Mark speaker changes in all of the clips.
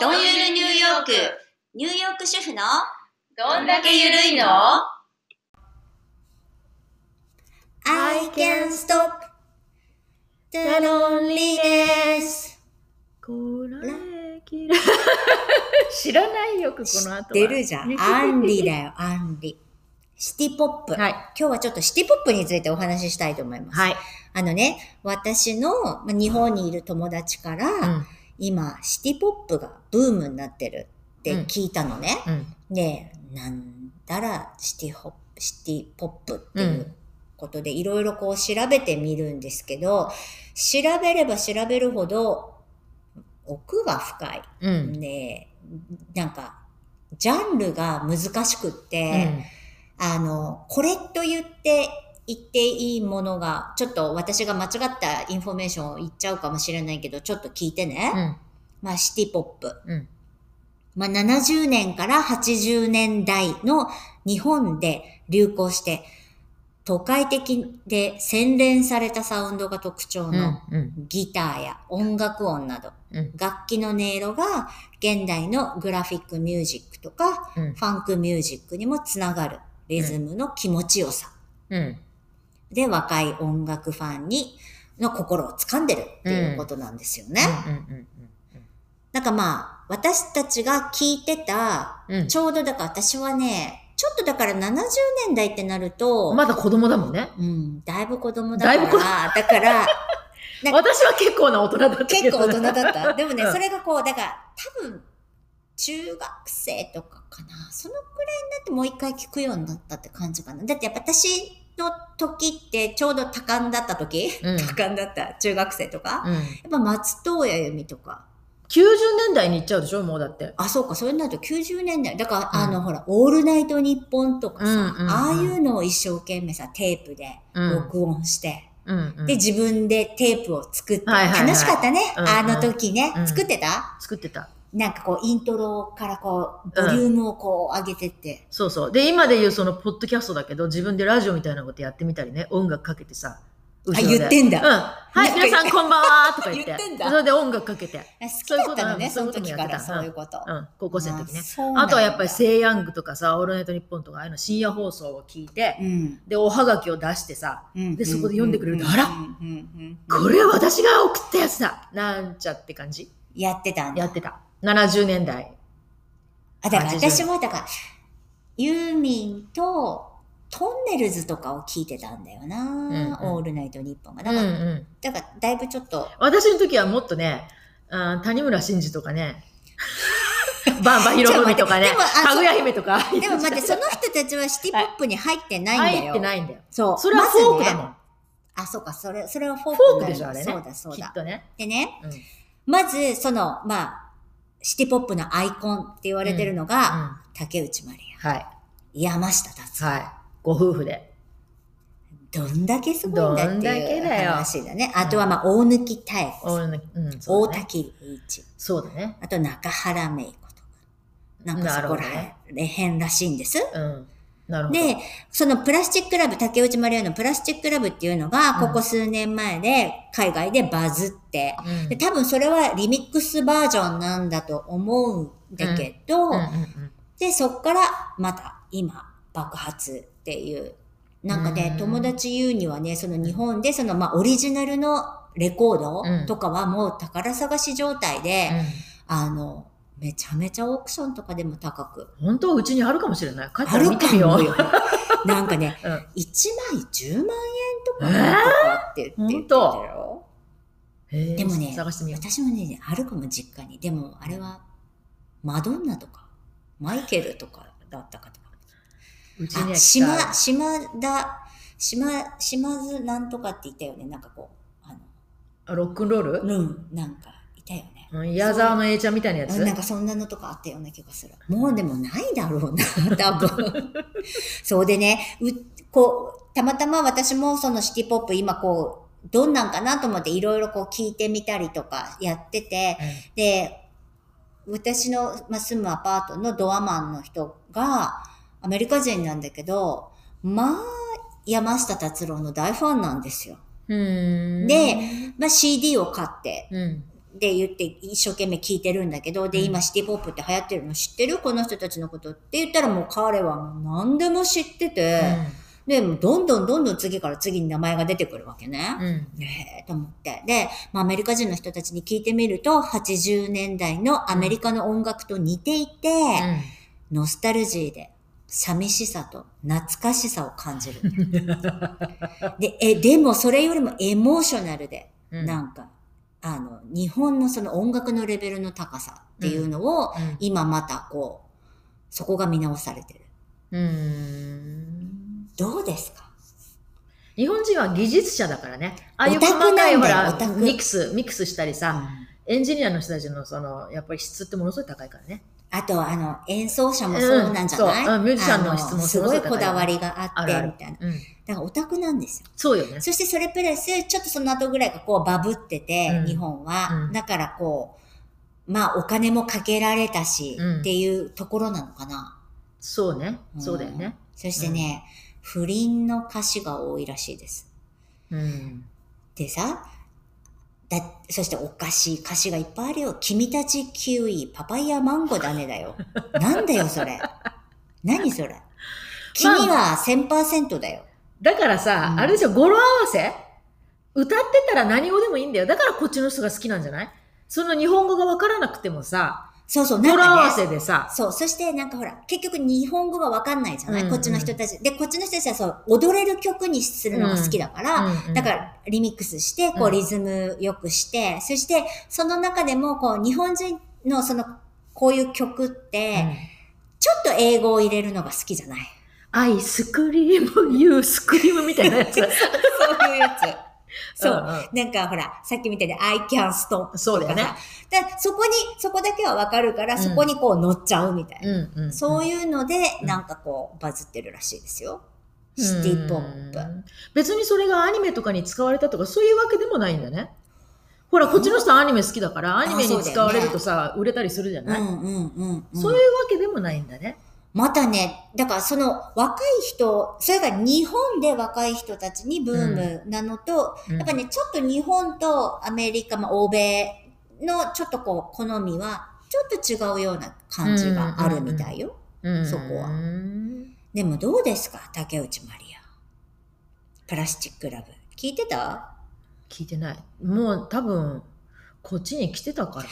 Speaker 1: どんゆるニューヨーク、ニューヨーク主婦の
Speaker 2: どんだけゆるいの
Speaker 1: I can stop the loneliness
Speaker 2: これきら知らないよ、この後は。
Speaker 1: 出るじゃん。アンリ だよ、アンリ。シティポップ、
Speaker 2: はい
Speaker 1: 今日はちょっとシティポップについてお話ししたいと思います。
Speaker 2: はい。
Speaker 1: あのね、私のまあ日本にいる友達から、
Speaker 2: うん
Speaker 1: 今、シティポップがブームになってるって聞いたのね。
Speaker 2: うん。
Speaker 1: で、なんだらシティホップ、シティポップっていううことで、いろいろこう調べてみるんですけど、調べれば調べるほど、奥が深
Speaker 2: う
Speaker 1: い。
Speaker 2: ん。
Speaker 1: で、なんか、ジャンルが難しくっ
Speaker 2: う
Speaker 1: て、
Speaker 2: ん
Speaker 1: あの、これと言って、言っていいものが、ちょっと私が間違ったインフォメーションを言っちゃうかもしれないけど、ちょっと聞いてね。
Speaker 2: うん。
Speaker 1: まあ、シティポップ。
Speaker 2: うん
Speaker 1: まあ、70年から80年代の日本で流行して、都会的で洗練されたサウンドが特徴
Speaker 2: うん。
Speaker 1: の
Speaker 2: うん。
Speaker 1: ギターや音楽音など、
Speaker 2: うん
Speaker 1: 楽器の音色が現代のグラフィックミュージックとか、
Speaker 2: うん
Speaker 1: ファンクミュージックにもつながるリズムの気持ちよさ
Speaker 2: うん。
Speaker 1: で若い音楽ファンにの心を掴んでるっていうことなんですよね。
Speaker 2: うん。
Speaker 1: なんかまあ、私たちが聞いてた、
Speaker 2: うん。
Speaker 1: ちょうどだから私はね、ちょっとだから70年代ってなると、
Speaker 2: まだ子供だもんね。
Speaker 1: うん、だいぶ子供だか
Speaker 2: だいぶ子
Speaker 1: ら、だから、 ね
Speaker 2: 私は結構な大人だったけ
Speaker 1: 結
Speaker 2: ど。
Speaker 1: 構大人だった。でもね、
Speaker 2: うん
Speaker 1: それがこう、だから、多分、中学生とかかな。そのくらいになってもう一回聞くようになったって感じかな。だってやっぱ私の時って、ちょうど多感だった時、
Speaker 2: うん
Speaker 1: 多感だった中学生とか。
Speaker 2: うん。
Speaker 1: やっぱ松任谷由実とか。
Speaker 2: 90年代に行っちゃうでしょ、もうだって。
Speaker 1: あ、そうか、それになると90年代。だから、
Speaker 2: うん
Speaker 1: あの、ほら、オールナイトニッポンとかさ、
Speaker 2: うんうんうん
Speaker 1: ああいうのを一生懸命さ、テープで
Speaker 2: うん
Speaker 1: 録音して、
Speaker 2: うんうん
Speaker 1: で、自分でテープを作って、
Speaker 2: はいはいはい
Speaker 1: 楽しかったね、
Speaker 2: うんうん
Speaker 1: あの時ね。
Speaker 2: うん
Speaker 1: 作ってた
Speaker 2: 作ってた。
Speaker 1: なんかこう、イントロからこう、ボリュームをこう、上げてって。
Speaker 2: そうそう。で、今で言うそのポッドキャストだけど、自分でラジオみたいなことやってみたりね、音楽かけてさ、
Speaker 1: あ、
Speaker 2: 後ろで
Speaker 1: 言ってん
Speaker 2: うん。
Speaker 1: だ。
Speaker 2: はい、皆さんこんばんはとか言って。
Speaker 1: 言ってんだ
Speaker 2: それで音楽かけて。
Speaker 1: 好きだったのね、そ
Speaker 2: そういう
Speaker 1: の
Speaker 2: ことそうい
Speaker 1: 時
Speaker 2: うこともや
Speaker 1: か
Speaker 2: って
Speaker 1: ら、
Speaker 2: た
Speaker 1: そういうこと。
Speaker 2: うん、高校生の時ね。
Speaker 1: ま
Speaker 2: あとはやっぱり、
Speaker 1: そう
Speaker 2: セイヤングとかさ、オールナイトニッポンとか、ああいうの深夜放送を聞いて、
Speaker 1: なんだ
Speaker 2: で、おはがきを出してさ、
Speaker 1: うんうん。
Speaker 2: でそこで読んでくれるとあら
Speaker 1: うんうんうんうん
Speaker 2: これは私が送ったやつだなんちゃって感じ。
Speaker 1: やってたんだ
Speaker 2: や。ってた。70年代。
Speaker 1: あ、だから
Speaker 2: 80
Speaker 1: 私も、だから、ユーミンと、トンネルズとかを聞いてたんだよな、
Speaker 2: うんうん
Speaker 1: オールナイトニッポンが。
Speaker 2: う
Speaker 1: だ
Speaker 2: ん
Speaker 1: から、
Speaker 2: うん。
Speaker 1: だからだいぶちょっと、
Speaker 2: 私の時はもっとね、あー谷村新司とか ね、バンバンひろふみとかね
Speaker 1: ちょっと待ってでもあ、
Speaker 2: かぐや姫とか。
Speaker 1: でも待って、その人たちはシティポップに入ってないんだよ。
Speaker 2: 入ってないんだよ。
Speaker 1: そう。
Speaker 2: それはフォークだもん。
Speaker 1: まずねあ、そうか、それ、それはフォーク
Speaker 2: フォー
Speaker 1: に
Speaker 2: ク
Speaker 1: なる
Speaker 2: でしょ、あれね。
Speaker 1: そうだ、そう
Speaker 2: きっ
Speaker 1: だ。
Speaker 2: とね。
Speaker 1: でね、
Speaker 2: うん
Speaker 1: まず、その、まあ、シティポップのアイコンって言われてるの
Speaker 2: う
Speaker 1: が、
Speaker 2: ん
Speaker 1: 竹内まりや、
Speaker 2: はい。
Speaker 1: 山下達郎。
Speaker 2: はい。ご夫婦で。
Speaker 1: どんだけすごいんだって
Speaker 2: どんだ
Speaker 1: い
Speaker 2: け
Speaker 1: う
Speaker 2: だよ
Speaker 1: 話だね。あとは、まあ、大貫妙子さ
Speaker 2: 大
Speaker 1: ん
Speaker 2: 貫うん、そ
Speaker 1: 大
Speaker 2: うだね。
Speaker 1: 滝栄一、
Speaker 2: そうだね。
Speaker 1: あと中原芽衣子とか、なんかそこら
Speaker 2: なるほどね
Speaker 1: へんらしいんです。
Speaker 2: うん。なるほど。
Speaker 1: で、そのプラスチックラブ、竹内まりやのプラスチックラブっていうのが、
Speaker 2: うん
Speaker 1: ここ数年前で海外でバズって、
Speaker 2: うん
Speaker 1: で多分それはリミックスバージョンなんだと思うんだけ
Speaker 2: う
Speaker 1: ど、
Speaker 2: んうん
Speaker 1: で、そっからまた今爆発っていう。なんかね
Speaker 2: う、ん
Speaker 1: 友達言うにはね、その日本でそのまあオリジナルのレコードとかはもう宝探し状態で、
Speaker 2: うん
Speaker 1: あの、めちゃめちゃオークションとかでも高く。
Speaker 2: 本当はうちにあるかもしれない。帰っ
Speaker 1: あ
Speaker 2: たら
Speaker 1: る
Speaker 2: 見て
Speaker 1: か
Speaker 2: みよ
Speaker 1: も
Speaker 2: う。
Speaker 1: よ。 なんかね、
Speaker 2: うん
Speaker 1: 1枚10万円とかなんとかって言って言ってたよ。
Speaker 2: へー
Speaker 1: でもね
Speaker 2: 探してみよ
Speaker 1: 私もね、あるかも実家に。でも、あれは、マドンナとか、マイケルとかだったかとか。
Speaker 2: う。うちには
Speaker 1: あ、
Speaker 2: 来た
Speaker 1: 島、島田、島、島津なんとかって言ったよね。なんかこう、あ
Speaker 2: あロックンロール
Speaker 1: の、うん、なんか、いたよね。
Speaker 2: うん矢沢の A ちゃんみたいなやつ
Speaker 1: なんかそんなのとかあったような気がする。もうでもないだろうな、 多分。そうでね、う、こう、たまたま私もそのシティポップ今こう、どんなんかなと思っていろいろこう聞いてみたりとかやってて、
Speaker 2: う
Speaker 1: で、私の、まあ、住むアパートのドアマンの人が、アメリカ人なんだけど、まあ、山下達郎の大ファンなんですよ。
Speaker 2: うん。
Speaker 1: で、まあ、CD を買って、
Speaker 2: うん。
Speaker 1: で言って一生懸命聞いてるんだけど、で、
Speaker 2: うん
Speaker 1: 今シティポップって流行ってるの知ってるこの人たちのことって言ったらもう彼はもう何でも知ってて、で、もうどんどんどんどん次から次に名前が出てくるわけね。
Speaker 2: うん。
Speaker 1: ねえと思って。で、まあ、アメリカ人の人たちに聞いてみると、80年代のアメリカの音楽と似ていて、ノスタルジーで寂しさと懐かしさを感じる。で、え、でもそれよりもエモーショナルで、
Speaker 2: うん。
Speaker 1: なんか、あの、日本のその音楽のレベルの高さっていうのを、
Speaker 2: うん。
Speaker 1: 今またこう、そこが見直されてる。
Speaker 2: うん。
Speaker 1: どうですか
Speaker 2: 日本人は技術者だからね。ああいう
Speaker 1: オタ
Speaker 2: 細
Speaker 1: クなんだ
Speaker 2: かい
Speaker 1: よ
Speaker 2: ほら
Speaker 1: オタク
Speaker 2: ミックス、ミックスしたりさ、エンジニアの人たちのその、やっぱり質ってものすごい高いからね。
Speaker 1: あと、あの、演奏者もそうなんじゃない、
Speaker 2: うんそううんミュージシャンの質も
Speaker 1: あ
Speaker 2: す
Speaker 1: す
Speaker 2: ご
Speaker 1: ご
Speaker 2: い
Speaker 1: いこだわりがあ
Speaker 2: あ
Speaker 1: っ
Speaker 2: る
Speaker 1: て、
Speaker 2: ある
Speaker 1: みたいな。
Speaker 2: うん。
Speaker 1: だからオタクなんですよ。
Speaker 2: そうよね。
Speaker 1: そしてそれプラス、ちょっとその後ぐらいがこうバブってて、
Speaker 2: うん
Speaker 1: 日本は、
Speaker 2: うん
Speaker 1: だからこう、まあお金もかけられたし、
Speaker 2: うん
Speaker 1: っていうところなのかな。
Speaker 2: そうね。
Speaker 1: ん
Speaker 2: そうだよね。。
Speaker 1: そしてね、不倫の歌詞が多いらしいです。
Speaker 2: うん。
Speaker 1: でさ、だ、そしておかしい歌詞がいっぱいあるよ。君たちキウイ、パパイヤマンゴーだね だよ。なんだよ、それ。何それ。君は1000%だよ。
Speaker 2: だからさ、
Speaker 1: うん
Speaker 2: あれでしょ、語呂合わせ歌ってたら何語でもいいんだよ。だからこっちの人が好きなんじゃないその日本語がわからなくてもさ、
Speaker 1: そうそう、
Speaker 2: 語
Speaker 1: なん
Speaker 2: 呂合わ
Speaker 1: かね。
Speaker 2: せでさ、
Speaker 1: そう。そして、なんかほら、結局日本語がわかんないじゃない、
Speaker 2: うん
Speaker 1: こっちの人たち。で、こっちの人たちはそう、踊れる曲にするのが好きだから、
Speaker 2: うんうん
Speaker 1: だから、リミックスして、
Speaker 2: う
Speaker 1: こう、
Speaker 2: ん
Speaker 1: リズム良くして、そして、その中でも、こう、日本人のその、こういう曲って、
Speaker 2: うん
Speaker 1: ちょっと英語を入れるのが好きじゃない
Speaker 2: アイスクリーム、ユースクリームみたいなやつ。
Speaker 1: そういうや つ。 そう。
Speaker 2: んん
Speaker 1: なんかほら、さっきみたいに I can stop とかさ。
Speaker 2: そうだよね
Speaker 1: だそこに、そこだけはわかるから、
Speaker 2: うん
Speaker 1: そこにこう乗っちゃうみたいな。
Speaker 2: うんうん、
Speaker 1: そう
Speaker 2: い
Speaker 1: いうので、
Speaker 2: うん
Speaker 1: なんかこう、バズってるらしいですよ。シティポップ。
Speaker 2: 別にそれがアニメとかに使われたとかそういうわけでもないんだね。ほら、こっちの人はアニメ好きだから、アニメに使われるとさ、売れたりするじゃ
Speaker 1: う
Speaker 2: ない、
Speaker 1: んうんうん、うん。
Speaker 2: そういうわけでもないんだね。
Speaker 1: またね、だからその若い人、それが日本で若い人たちにブームなのと、
Speaker 2: うん
Speaker 1: やっぱね、ちょっと日本とアメリカ、まあ、欧米のちょっとこう、好みは、ちょっと違うような感じがあるみたいよ。
Speaker 2: うん
Speaker 1: そこは
Speaker 2: うん
Speaker 1: でもどうですか竹内まりや。プラスチックラブ。聞いてた、
Speaker 2: 聞いてない。もう多分、こっちに来てたから、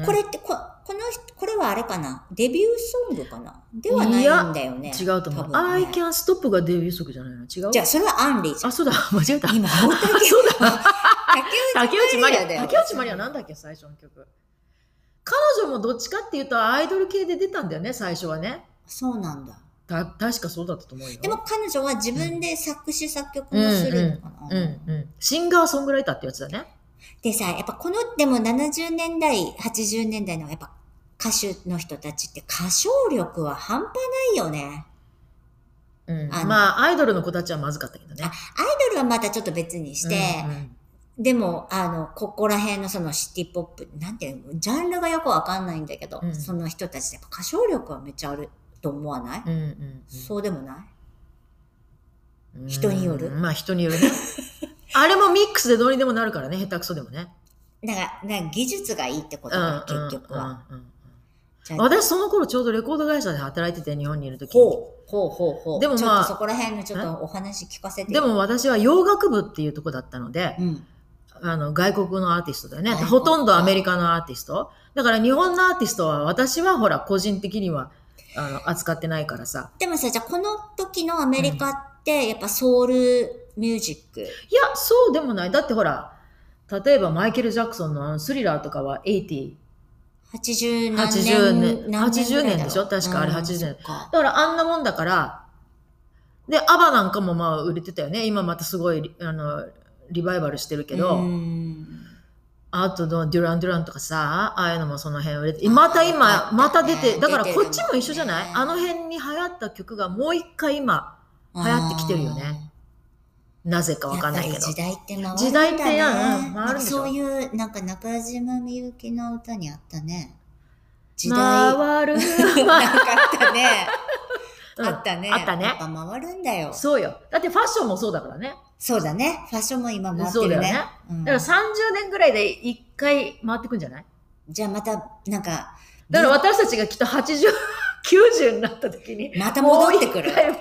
Speaker 2: ね。
Speaker 1: これってこ、この人、これはあれかなデビューソングかなではないんだよね。
Speaker 2: 違うと思う。
Speaker 1: 多分
Speaker 2: I
Speaker 1: ね
Speaker 2: can stop がデビュー曲じゃないの違う
Speaker 1: じゃあ、それはアンリーじゃ
Speaker 2: あ、
Speaker 1: ん。
Speaker 2: そうだ。 間違えた。
Speaker 1: 今、本当
Speaker 2: あ
Speaker 1: に
Speaker 2: そうだ。
Speaker 1: 竹
Speaker 2: 竹内
Speaker 1: 内ま
Speaker 2: ま
Speaker 1: り
Speaker 2: り
Speaker 1: やだ
Speaker 2: や。
Speaker 1: よ。
Speaker 2: 竹内まりやなんだっけ最初の曲。彼女もどっちかっていうとアイドル系で出たんだよね、最初はね。
Speaker 1: そうなんだ。
Speaker 2: た、確かそうだったと思うよ。
Speaker 1: でも彼女は自分で作詞作曲もするのかな、
Speaker 2: うんうん。シンガーソングライターってやつだね。
Speaker 1: でさ、やっぱこの、でも70年代、80年代のやっぱ歌手の人たちって歌唱力は半端ないよね。
Speaker 2: うん。
Speaker 1: あの
Speaker 2: まあ、アイドルの子たちはまずかったけどね。
Speaker 1: あアイドルはまたちょっと別にして、
Speaker 2: うんうん
Speaker 1: でも、あの、ここら辺のそのシティポップ、なんていうの、ジャンルがよくわかんないんだけど、
Speaker 2: うん
Speaker 1: その人たちってやっぱ歌唱力はめっちゃあると思わない、
Speaker 2: うんうんうん。
Speaker 1: そうでもない人による
Speaker 2: うんまあ人による ね。あれもミックスでどうにでもなるからね、下手くそでもね。
Speaker 1: だから、なんか技術がいいってことだ、結局は。。
Speaker 2: うんうんうん
Speaker 1: じゃあ
Speaker 2: 私その頃ちょうどレコード会社で働いてて日本にいる時に
Speaker 1: ほう、ほうほうほう。
Speaker 2: でも
Speaker 1: ちょ
Speaker 2: まあ
Speaker 1: っとそこら辺のちょっとお話聞かせて
Speaker 2: で
Speaker 1: よ。
Speaker 2: も私は洋楽部っていうとこだったので、
Speaker 1: うん。
Speaker 2: あの外国のアーティストだよね。
Speaker 1: 外国
Speaker 2: ほとんどアメリカのアーティスト。だから日本のアーティストは私はほら個人的にはあの扱ってないからさ。
Speaker 1: でもさ、じゃあこの時のアメリカって、やっぱソウルミュージック。
Speaker 2: いや、そうでもない。だってほら、例えばマイケル・ジャクソンのあのスリラーとかは80。
Speaker 1: 80何年
Speaker 2: 80年
Speaker 1: 何年ぐらい
Speaker 2: 80年
Speaker 1: だろう
Speaker 2: でしょ確かあれ80年
Speaker 1: うんそっか
Speaker 2: だからあんなもんだから、で、アバなんかもまあ売れてたよね。今またすごいリ、あの、リバイバルしてるけど、
Speaker 1: うん
Speaker 2: あとのデュラン・デュランとかさ、ああいうのもその辺売れて、また今、
Speaker 1: あー
Speaker 2: また出
Speaker 1: 出て
Speaker 2: て、
Speaker 1: る
Speaker 2: だから
Speaker 1: 出てる
Speaker 2: こっちも一緒じゃない
Speaker 1: ね
Speaker 2: あの辺に流行った曲がもう一回今、流行ってきてるよね。なぜか
Speaker 1: あー
Speaker 2: わかんないけど
Speaker 1: やっぱ。り時代って回るんだ、ね、
Speaker 2: 時代ってやんうん
Speaker 1: な
Speaker 2: 回る
Speaker 1: ん
Speaker 2: で
Speaker 1: か
Speaker 2: しょ
Speaker 1: そういう、なんか中島みゆきの歌にあったね。時代、
Speaker 2: 回る。
Speaker 1: なかったね。
Speaker 2: うん
Speaker 1: あったね。
Speaker 2: あったね
Speaker 1: やっぱ回るんだよ。
Speaker 2: そうよ。だってファッションもそうだからね。
Speaker 1: そうだね。ファッションも今回って
Speaker 2: そうだ
Speaker 1: る
Speaker 2: よ
Speaker 1: ね
Speaker 2: ね。
Speaker 1: うん
Speaker 2: だから30年ぐらいで一回回ってくんじゃない
Speaker 1: じゃあまた、なん
Speaker 2: だ
Speaker 1: か、
Speaker 2: から
Speaker 1: ね
Speaker 2: 私たちがきっと80、90になった時に。
Speaker 1: また戻ってくる
Speaker 2: もう一 回も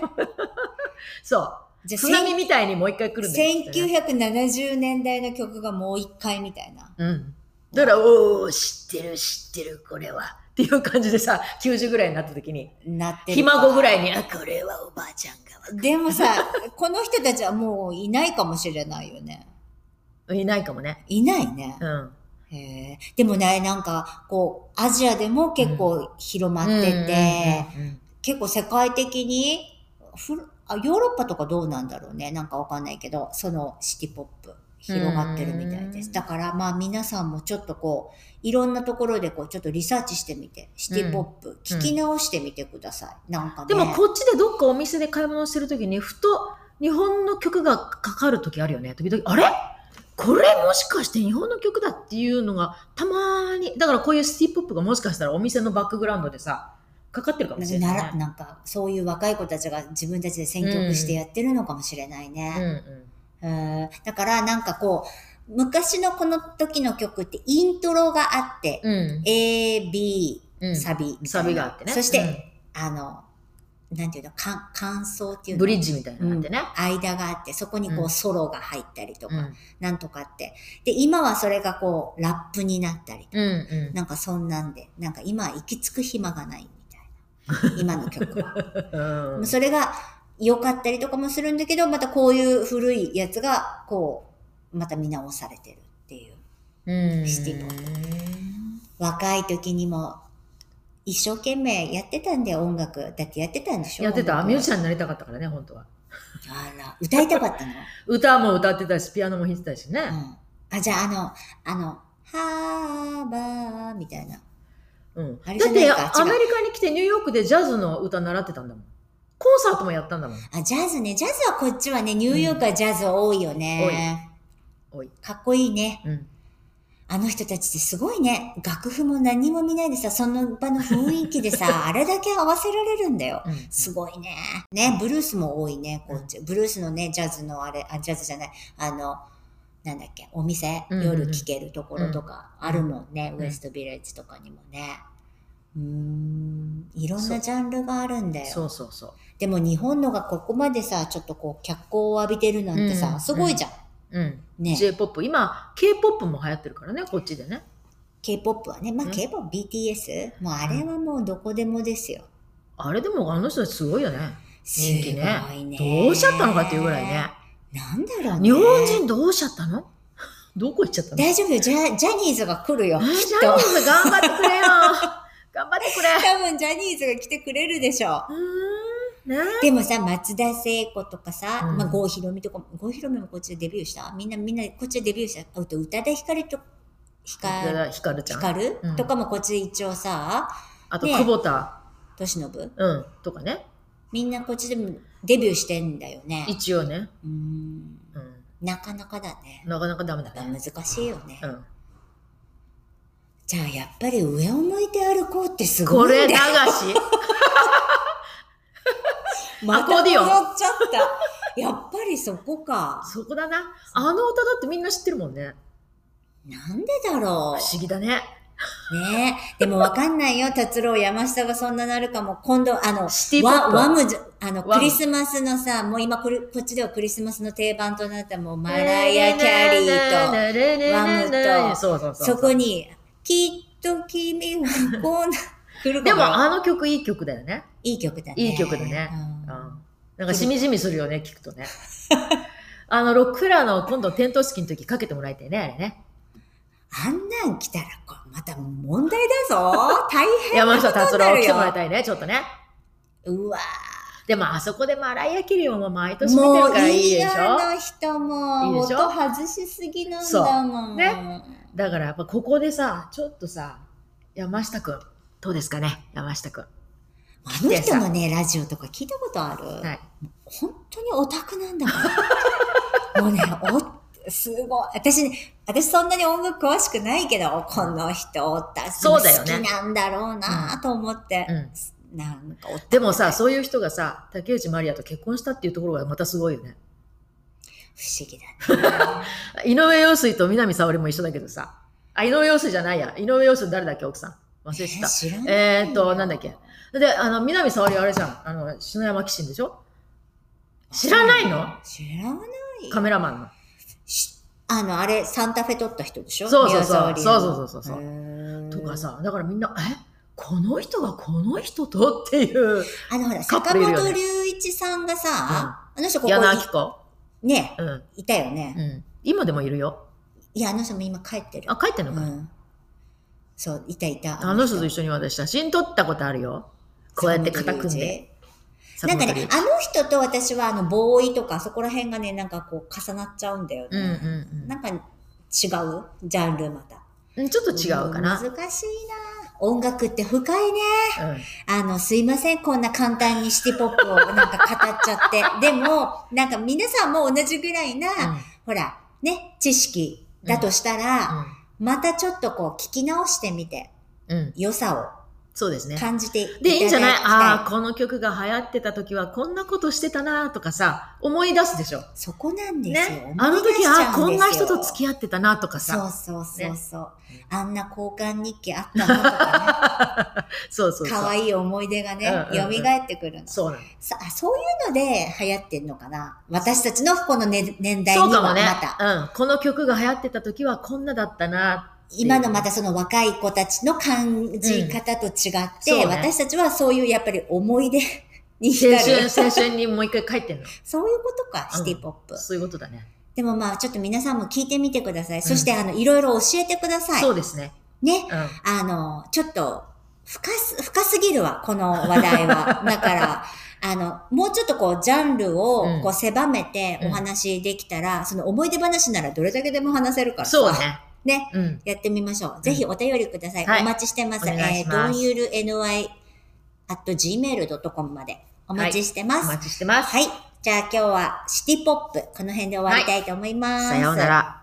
Speaker 2: そう。
Speaker 1: じゃ
Speaker 2: 津波
Speaker 1: あ
Speaker 2: みたいにもう一回来るんだよ。きっとね
Speaker 1: 1970年代の曲がもう一回みたいな。
Speaker 2: うん。だから、おー、知ってる、知ってる、これは。っていう感じでさ、90ぐらいになった時に、
Speaker 1: なってる。
Speaker 2: ひ孫ぐらいに、あ、これはおばあちゃんがわか
Speaker 1: でもさ、 この人たちはもういないかもしれないよね。
Speaker 2: る。いないかもね。
Speaker 1: いないね
Speaker 2: う。ん。
Speaker 1: へえでもね、なんか、こう、アジアでも結構広まって
Speaker 2: うん
Speaker 1: て、
Speaker 2: うんうんうん
Speaker 1: 結構世界的にふるあ、ヨーロッパとかどうなんだろうね。なんかわかんないけど、そのシティポップ広がってるみたいで
Speaker 2: う
Speaker 1: す。
Speaker 2: ん
Speaker 1: だからまあ皆さんもちょっとこう、いろんなところでこう、ちょっとリサーチしてみて、シティポップ聞き直してみてください。なんかね。
Speaker 2: でも、こっちでどっかお店で買い物してる時に、ふと日本の曲がかかる時あるよね。時々、あれこれもしかして日本の曲だっていうのがたまーに、だからこういうシティポップがもしかしたらお店のバックグラウンドでさ、かかってるかもしれない、
Speaker 1: な
Speaker 2: ね。
Speaker 1: らなんか、そういう若い子たちが自分たちで選曲してやってるのかもしれないね。
Speaker 2: うんうん。
Speaker 1: うんだからなんかこう、昔のこの時の曲ってイントロがあって、
Speaker 2: うん。
Speaker 1: A, B,
Speaker 2: うん
Speaker 1: サビみたいな
Speaker 2: サビがあってね。
Speaker 1: そして、
Speaker 2: うん
Speaker 1: あの、なんていうの、かん感想っていうの
Speaker 2: ブリッジみたいになってね。
Speaker 1: 間があって、そこにこ
Speaker 2: う
Speaker 1: うんソロが入ったりと
Speaker 2: う
Speaker 1: か、
Speaker 2: ん。
Speaker 1: なんとかって。で、今はそれがこう、ラップになったりとか、
Speaker 2: うん。うん。
Speaker 1: なんかそんなんで、なんか今は行き着く暇がないみた いな、今の曲は。
Speaker 2: うん
Speaker 1: それが良かったりとかもするんだけど、またこういう古いやつが、こう、また見直されてるっていう。
Speaker 2: うん
Speaker 1: シティポ若い時にも、一生懸命やってたんだよ、音楽。だってやってたんでしょ
Speaker 2: やってた。ミュージシ
Speaker 1: ャン。
Speaker 2: ャンになりたかったからね、本当は。
Speaker 1: あら、歌いたかったの
Speaker 2: 歌も歌ってたし、ピアノも弾いてたしね。
Speaker 1: うん。あ、じゃあ、あの、あの、はーばーみたいな。
Speaker 2: うん。
Speaker 1: あ
Speaker 2: だ
Speaker 1: れじゃ
Speaker 2: っ
Speaker 1: ない
Speaker 2: て、
Speaker 1: か
Speaker 2: ア
Speaker 1: 違う
Speaker 2: メリカに来てニューヨークでジャズの歌習ってたんだもん。コンサートもやったんだもん。
Speaker 1: あ、ジャズね。ジャズはこっちはね、ニューヨークはジャズ多いよね。
Speaker 2: おい。
Speaker 1: かっこいいね。
Speaker 2: うん。
Speaker 1: あの人たちってすごいね。楽譜も何も見ないでさ、その場の雰囲気でさ、 あれだけ合わせられるんだよ。
Speaker 2: うん
Speaker 1: すごいね。ね、ブルースも多いね、こっち。ブルースのね、ジャズのあれ、あ、ジャズじゃない、あの、なんだっけ、お店、
Speaker 2: うんうんうん
Speaker 1: 夜聴けるところとかあるもんね、
Speaker 2: うん
Speaker 1: ウエストビレッジとかにもね。うーん、いろんなジャンルがあるんだ
Speaker 2: そ
Speaker 1: よ。
Speaker 2: うそうそう。
Speaker 1: でも日本のがここまでさ、ちょっとこう、脚光を浴びてるなんて
Speaker 2: う
Speaker 1: さ、
Speaker 2: ん
Speaker 1: すごいじゃん。
Speaker 2: うん。
Speaker 1: ね。
Speaker 2: J-POP。今、K-POP も流行ってるからね、こっちでね。
Speaker 1: K-POP はね、まあ
Speaker 2: うん
Speaker 1: K-POP、BTS、もうあれはもうどこでもですよ。
Speaker 2: あれでもあの人たちすごいよね。人気ね
Speaker 1: すごいね。
Speaker 2: どうしちゃったのかっていうぐらいね。。
Speaker 1: なんだろうね。
Speaker 2: 日本人どうしちゃったのどこ行っちゃったの
Speaker 1: 大丈夫よ。ジャジャニーズが来るよ。
Speaker 2: え
Speaker 1: きっ
Speaker 2: ージャニ
Speaker 1: と。
Speaker 2: ーズ頑張ってくれ よ。頑張ってくれ。
Speaker 1: 多分ジャニーズが来てくれるでしょう。
Speaker 2: うーん。ね。
Speaker 1: でもさ、松田聖子とかさ、
Speaker 2: うん
Speaker 1: まあ、郷ひろみとかも、郷ひろみもこっちでデビューしたみんな、みんな、こっちでデビューした。あと、宇多田ヒカルと、ヒ
Speaker 2: だ
Speaker 1: カ
Speaker 2: か
Speaker 1: ル、
Speaker 2: らヒカルち
Speaker 1: ヒ
Speaker 2: ゃ
Speaker 1: カ
Speaker 2: ん。
Speaker 1: ル、
Speaker 2: うん
Speaker 1: とかもこっちで一応さ、
Speaker 2: あと、
Speaker 1: ね
Speaker 2: 久保田。
Speaker 1: としのぶ、
Speaker 2: うん。とかね。
Speaker 1: みんなこっちでもデビューしてんだよね。
Speaker 2: 一応ね。
Speaker 1: うーん。
Speaker 2: うん。
Speaker 1: なかなかだね。
Speaker 2: なかなかダメだ
Speaker 1: やっぱ
Speaker 2: ね。
Speaker 1: 難しいよね。
Speaker 2: うん。
Speaker 1: じゃあ、やっぱり上を向いて歩こうってす
Speaker 2: こ
Speaker 1: ごい
Speaker 2: れ
Speaker 1: ん
Speaker 2: 流
Speaker 1: だ
Speaker 2: し
Speaker 1: よ。。 また
Speaker 2: アコーディオン
Speaker 1: 戻っちゃった。やっぱりそこか。
Speaker 2: そこだな。あの歌だってみんな知ってるもんね。
Speaker 1: なんでだろ
Speaker 2: 不思議だね。
Speaker 1: う。ねえ。でもわかんないよ。達郎、山下がそんななるかも。今度、あの、
Speaker 2: シティポ
Speaker 1: わ、ワ
Speaker 2: ップ。
Speaker 1: ムじゃ、あの、
Speaker 2: ワム
Speaker 1: クリスマスのさ、もう今これ、こっちではクリスマスの定番となったもう、マライア・キャリーと、
Speaker 2: ー
Speaker 1: ワムと
Speaker 2: そうそうそ。
Speaker 1: そうこに、きっと君はこうな、来る
Speaker 2: で
Speaker 1: かも
Speaker 2: も
Speaker 1: よ。
Speaker 2: あの曲いい曲だよね。
Speaker 1: いい曲だね。
Speaker 2: いい曲だね
Speaker 1: うん
Speaker 2: うんなんかしみじみするよね、聞くとね。 あの、ロックフェラーの今度点灯式の時かけてもらいたいね、あれね。
Speaker 1: あんなん来たら、こうまた問題 だぞ。大変
Speaker 2: 山
Speaker 1: なこと
Speaker 2: 下
Speaker 1: にな
Speaker 2: 達郎
Speaker 1: るよ。
Speaker 2: 来てもらいたいね、ちょっとね。
Speaker 1: うわ
Speaker 2: でもあそこでマライア・キリオンも毎年見て
Speaker 1: も
Speaker 2: るか
Speaker 1: う
Speaker 2: らいい
Speaker 1: いい
Speaker 2: でし
Speaker 1: よ、
Speaker 2: ょ
Speaker 1: あの人も。
Speaker 2: いいでしょ
Speaker 1: 音外しすぎなんだもん。
Speaker 2: そうねだからやっぱここでさ、ちょっとさ、山下くん、どうですかね、山下くん。
Speaker 1: あの人のね、ラジオとか聞いたことある、
Speaker 2: はい。
Speaker 1: 本当にオタクなんだから。もうね、お、すごい。私ね、私そんなに音楽詳しくないけど、この人、私
Speaker 2: そうだよね
Speaker 1: 好きなんだろうなと思って。
Speaker 2: うん
Speaker 1: なんかお
Speaker 2: でもさ、そういう人がさ、竹内まりやと結婚したっていうところがまたすごいよね。
Speaker 1: 不思議だね。
Speaker 2: 井上陽水と南沙織も一緒だけどさ。あ、井上陽水じゃないや。井上陽水誰だっけ、奥さん。 忘れてた。
Speaker 1: 知らない。
Speaker 2: えーっと、なんだっけ。で、あの、南沙織はあれじゃん。あの、篠山紀信でしょ知らないの
Speaker 1: 知らない。
Speaker 2: カメラマンの。
Speaker 1: しあの、あれ、サンタフェ撮った人でしょ
Speaker 2: そうそうそう
Speaker 1: 宮沢りえの
Speaker 2: そうそうそうそうそう
Speaker 1: へー
Speaker 2: とかさ、だからみんな、えこの人がこの人とっていう。
Speaker 1: あの、ほら、
Speaker 2: カッ
Speaker 1: 坂
Speaker 2: プルいるよね
Speaker 1: 本龍一さんがさ、あの人ここ
Speaker 2: 矢野明子。
Speaker 1: に、ね、
Speaker 2: うん。
Speaker 1: いたよね。
Speaker 2: うん。今でもいるよ。
Speaker 1: いや、あの人も今帰ってる。
Speaker 2: あ、帰ってんの
Speaker 1: う
Speaker 2: か。
Speaker 1: ん。そう、いたいた。
Speaker 2: あの人と一緒に私、写真撮ったことあるよ。こうやって肩組んで。。
Speaker 1: 坂本龍一な
Speaker 2: 坂
Speaker 1: んかね、
Speaker 2: 本
Speaker 1: あの人と私は、あの、ボーイとか、そこら辺がね、なんかこう、重なっちゃうんだよ
Speaker 2: 龍一うん
Speaker 1: ね。
Speaker 2: うん
Speaker 1: なんか、違うジャンルまた。
Speaker 2: うんうん。ちょっと違うかな。
Speaker 1: ん難しいな音楽って深いね。
Speaker 2: うん
Speaker 1: あの、すいません、こんな簡単にシティポップをなんか語っちゃって。 でも、なんか皆さんも同じぐらいな、ほら、ね、知識だとしたら、またちょっとこう聞き直してみて、
Speaker 2: うん。うん。
Speaker 1: 良さ
Speaker 2: そうです
Speaker 1: を
Speaker 2: ね。
Speaker 1: 感じていただきたい。
Speaker 2: で、いいんじゃないああ、この曲が流行ってた時はこんなことしてたなとかさ、思い出すでしょ。
Speaker 1: そこなんですよ。
Speaker 2: ね。あ
Speaker 1: 思
Speaker 2: の
Speaker 1: い出し
Speaker 2: 時、
Speaker 1: ち
Speaker 2: ああ、
Speaker 1: ゃ
Speaker 2: こ
Speaker 1: うんですよ
Speaker 2: な人と付き合ってたなとか
Speaker 1: そう
Speaker 2: さ。
Speaker 1: そうそうそう。
Speaker 2: ね
Speaker 1: あんな交換日記あったなとか
Speaker 2: そう そう
Speaker 1: ね、
Speaker 2: そう。
Speaker 1: 可愛い思い出がね、
Speaker 2: うんうんうん
Speaker 1: 蘇ってくるの。
Speaker 2: そうなの。
Speaker 1: さあそういうので流行ってんのかな私たちのこの、ね、年代に
Speaker 2: そう
Speaker 1: は
Speaker 2: かも
Speaker 1: ま
Speaker 2: ね
Speaker 1: た、。
Speaker 2: うん。この曲が流行ってた時はこんなだったな。
Speaker 1: 今のまたその若い子たちの感じ方と違
Speaker 2: う
Speaker 1: って、
Speaker 2: んそうね
Speaker 1: 私たちはそういうやっぱり思い出に浸
Speaker 2: 青
Speaker 1: る。
Speaker 2: 春、青春にもう一回帰ってんの。
Speaker 1: そういうことか、シティポップ。
Speaker 2: そういうことだね。
Speaker 1: でもまあちょっと皆さんも聞いてみてください。そしてあの、いろいろ教えてください。
Speaker 2: そうですね。
Speaker 1: ね。
Speaker 2: うん。
Speaker 1: あの、ちょっと、深す、深すぎるわ、この話 題は。だから、あの、もうちょっとこう、ジャンル
Speaker 2: うん
Speaker 1: をこう、狭めて
Speaker 2: うん
Speaker 1: お話できたら、その思い出話ならどれだけでも話せるからさ
Speaker 2: そう。ね。
Speaker 1: ね。
Speaker 2: うん。
Speaker 1: やってみましょう。ぜひお便りください。
Speaker 2: はい
Speaker 1: お待ちしてます。
Speaker 2: お願いします
Speaker 1: えー、どんゆる ny at gmail.com までお待ちして
Speaker 2: お
Speaker 1: ます。はい。
Speaker 2: 待ちしてます。
Speaker 1: じゃあ今日はシティポップ、この辺で終わりたいと思います。
Speaker 2: さようなら。